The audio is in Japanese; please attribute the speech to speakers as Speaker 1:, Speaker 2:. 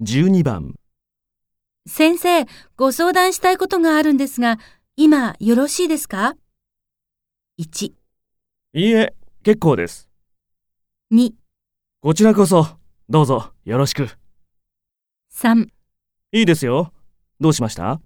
Speaker 1: 12番、
Speaker 2: 先生、ご相談したいことがあるんですが、今よろしいですか ?1、
Speaker 1: いいえ、結構です。
Speaker 2: 2、
Speaker 1: こちらこそ、どうぞよろしく。
Speaker 2: 3
Speaker 1: いいですよ。どうしました